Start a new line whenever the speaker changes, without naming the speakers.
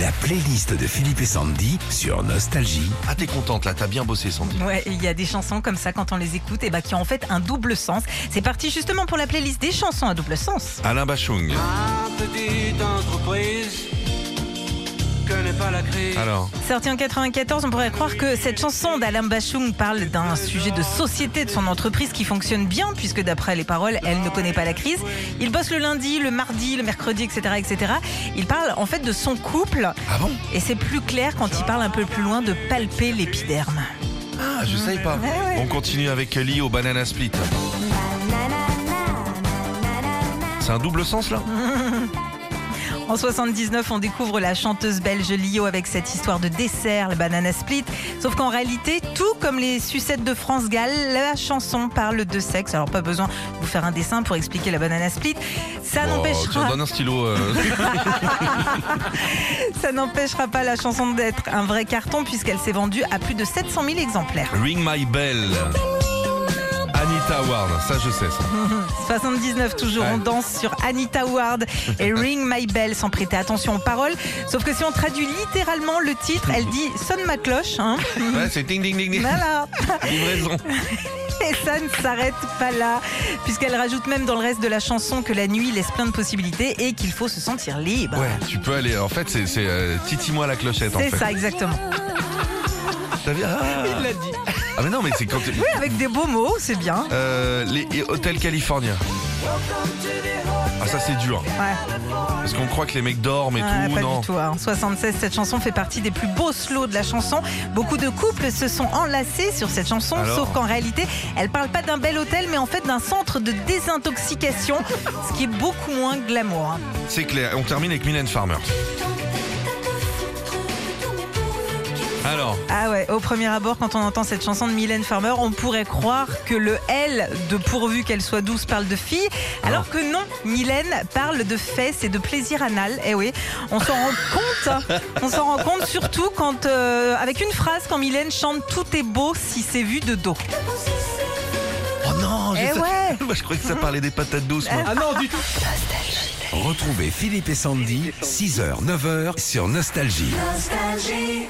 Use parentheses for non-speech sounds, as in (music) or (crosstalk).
La playlist de Philippe et Sandy sur Nostalgie.
Ah, t'es contente là, t'as bien bossé, Sandy.
Ouais, il y a des chansons comme ça quand on les écoute et bah qui ont en fait un double sens. C'est parti justement pour la playlist des chansons à double sens.
Alain Bachung.
Ma petite entreprise connaît pas la crise.
Alors,
Sorti en 94, on pourrait croire que cette chanson d'Alain Bachung parle d'un sujet de société de son entreprise qui fonctionne bien puisque d'après les paroles, elle ne connaît pas la crise. Il bosse le lundi, le mardi, le mercredi, etc., etc. Il parle en fait de son couple
ah bon
et c'est plus clair quand il parle un peu plus loin de palper l'épiderme.
Ah, je savais pas.
Ouais, ouais.
On continue avec Lee au Banana Split. C'est un double sens là
En 79, on découvre la chanteuse belge Lio avec cette histoire de dessert, le banana split. Sauf qu'en réalité, tout comme les sucettes de France Gall, la chanson parle de sexe. Alors pas besoin de vous faire un dessin pour expliquer la banana split. Ça
Oh, Tiens,
n'empêchera,
donne un stylo. euh.
(laughs) ça n'empêchera pas la chanson d'être un vrai carton puisqu'elle s'est vendue à plus de 700 000 exemplaires.
Ring My Bell. Anita Ward, ça je
(laughs)
sais ça.
79 toujours,
Ouais.
on danse sur Anita Ward
(laughs)
et Ring My Bell sans prêter attention aux paroles. Sauf que si on traduit littéralement le titre, elle dit sonne ma cloche.
(laughs)
Hein.
Ouais, c'est ding ding ding ding.
Voilà.
Livraison.
Et ça ne s'arrête pas là, puisqu'elle rajoute même dans le reste de la chanson que la nuit laisse plein de possibilités et qu'il faut se sentir libre.
Ouais, tu peux aller. En fait, c'est c'est, euh, titi-moi la clochette en
Bah C'est
fait.
ça, exactement.
T'as vu Ah. Ah mais non, mais
(laughs)
c'est quand. t'es-
Avec des beaux mots, c'est bien.
Euh, les et Hôtel California. Ah ça c'est dur.
Ouais,
Parce qu'on croit que les mecs dorment et
ouais,
tout,
pas
non
du tout. hein. En 76, cette chanson fait partie des plus beaux slows de la chanson. Beaucoup de couples se sont enlacés sur cette chanson,
Alors
sauf qu'en réalité, elle parle pas d'un bel hôtel, mais en fait d'un centre de désintoxication, ce qui est beaucoup moins glamour. hein.
C'est clair. On termine avec Mylène Farmer. Alors,
Ah ouais, au premier abord, quand on entend cette chanson de Mylène Farmer, on pourrait croire que le L de pourvu qu'elle soit douce parle de fille, alors que non, Mylène parle de fesses et de plaisir anal. Eh oui, on s'en rend compte, hein. on s'en rend compte surtout quand, euh, avec une phrase, quand Mylène chante Tout est beau si c'est vu de dos.
oh non, je
Eh
sais-
ouais.
moi je croyais que ça parlait des patates douces. moi.
Retrouvez Philippe et Sandy, 6h, 9h sur Nostalgie.
Nostalgie.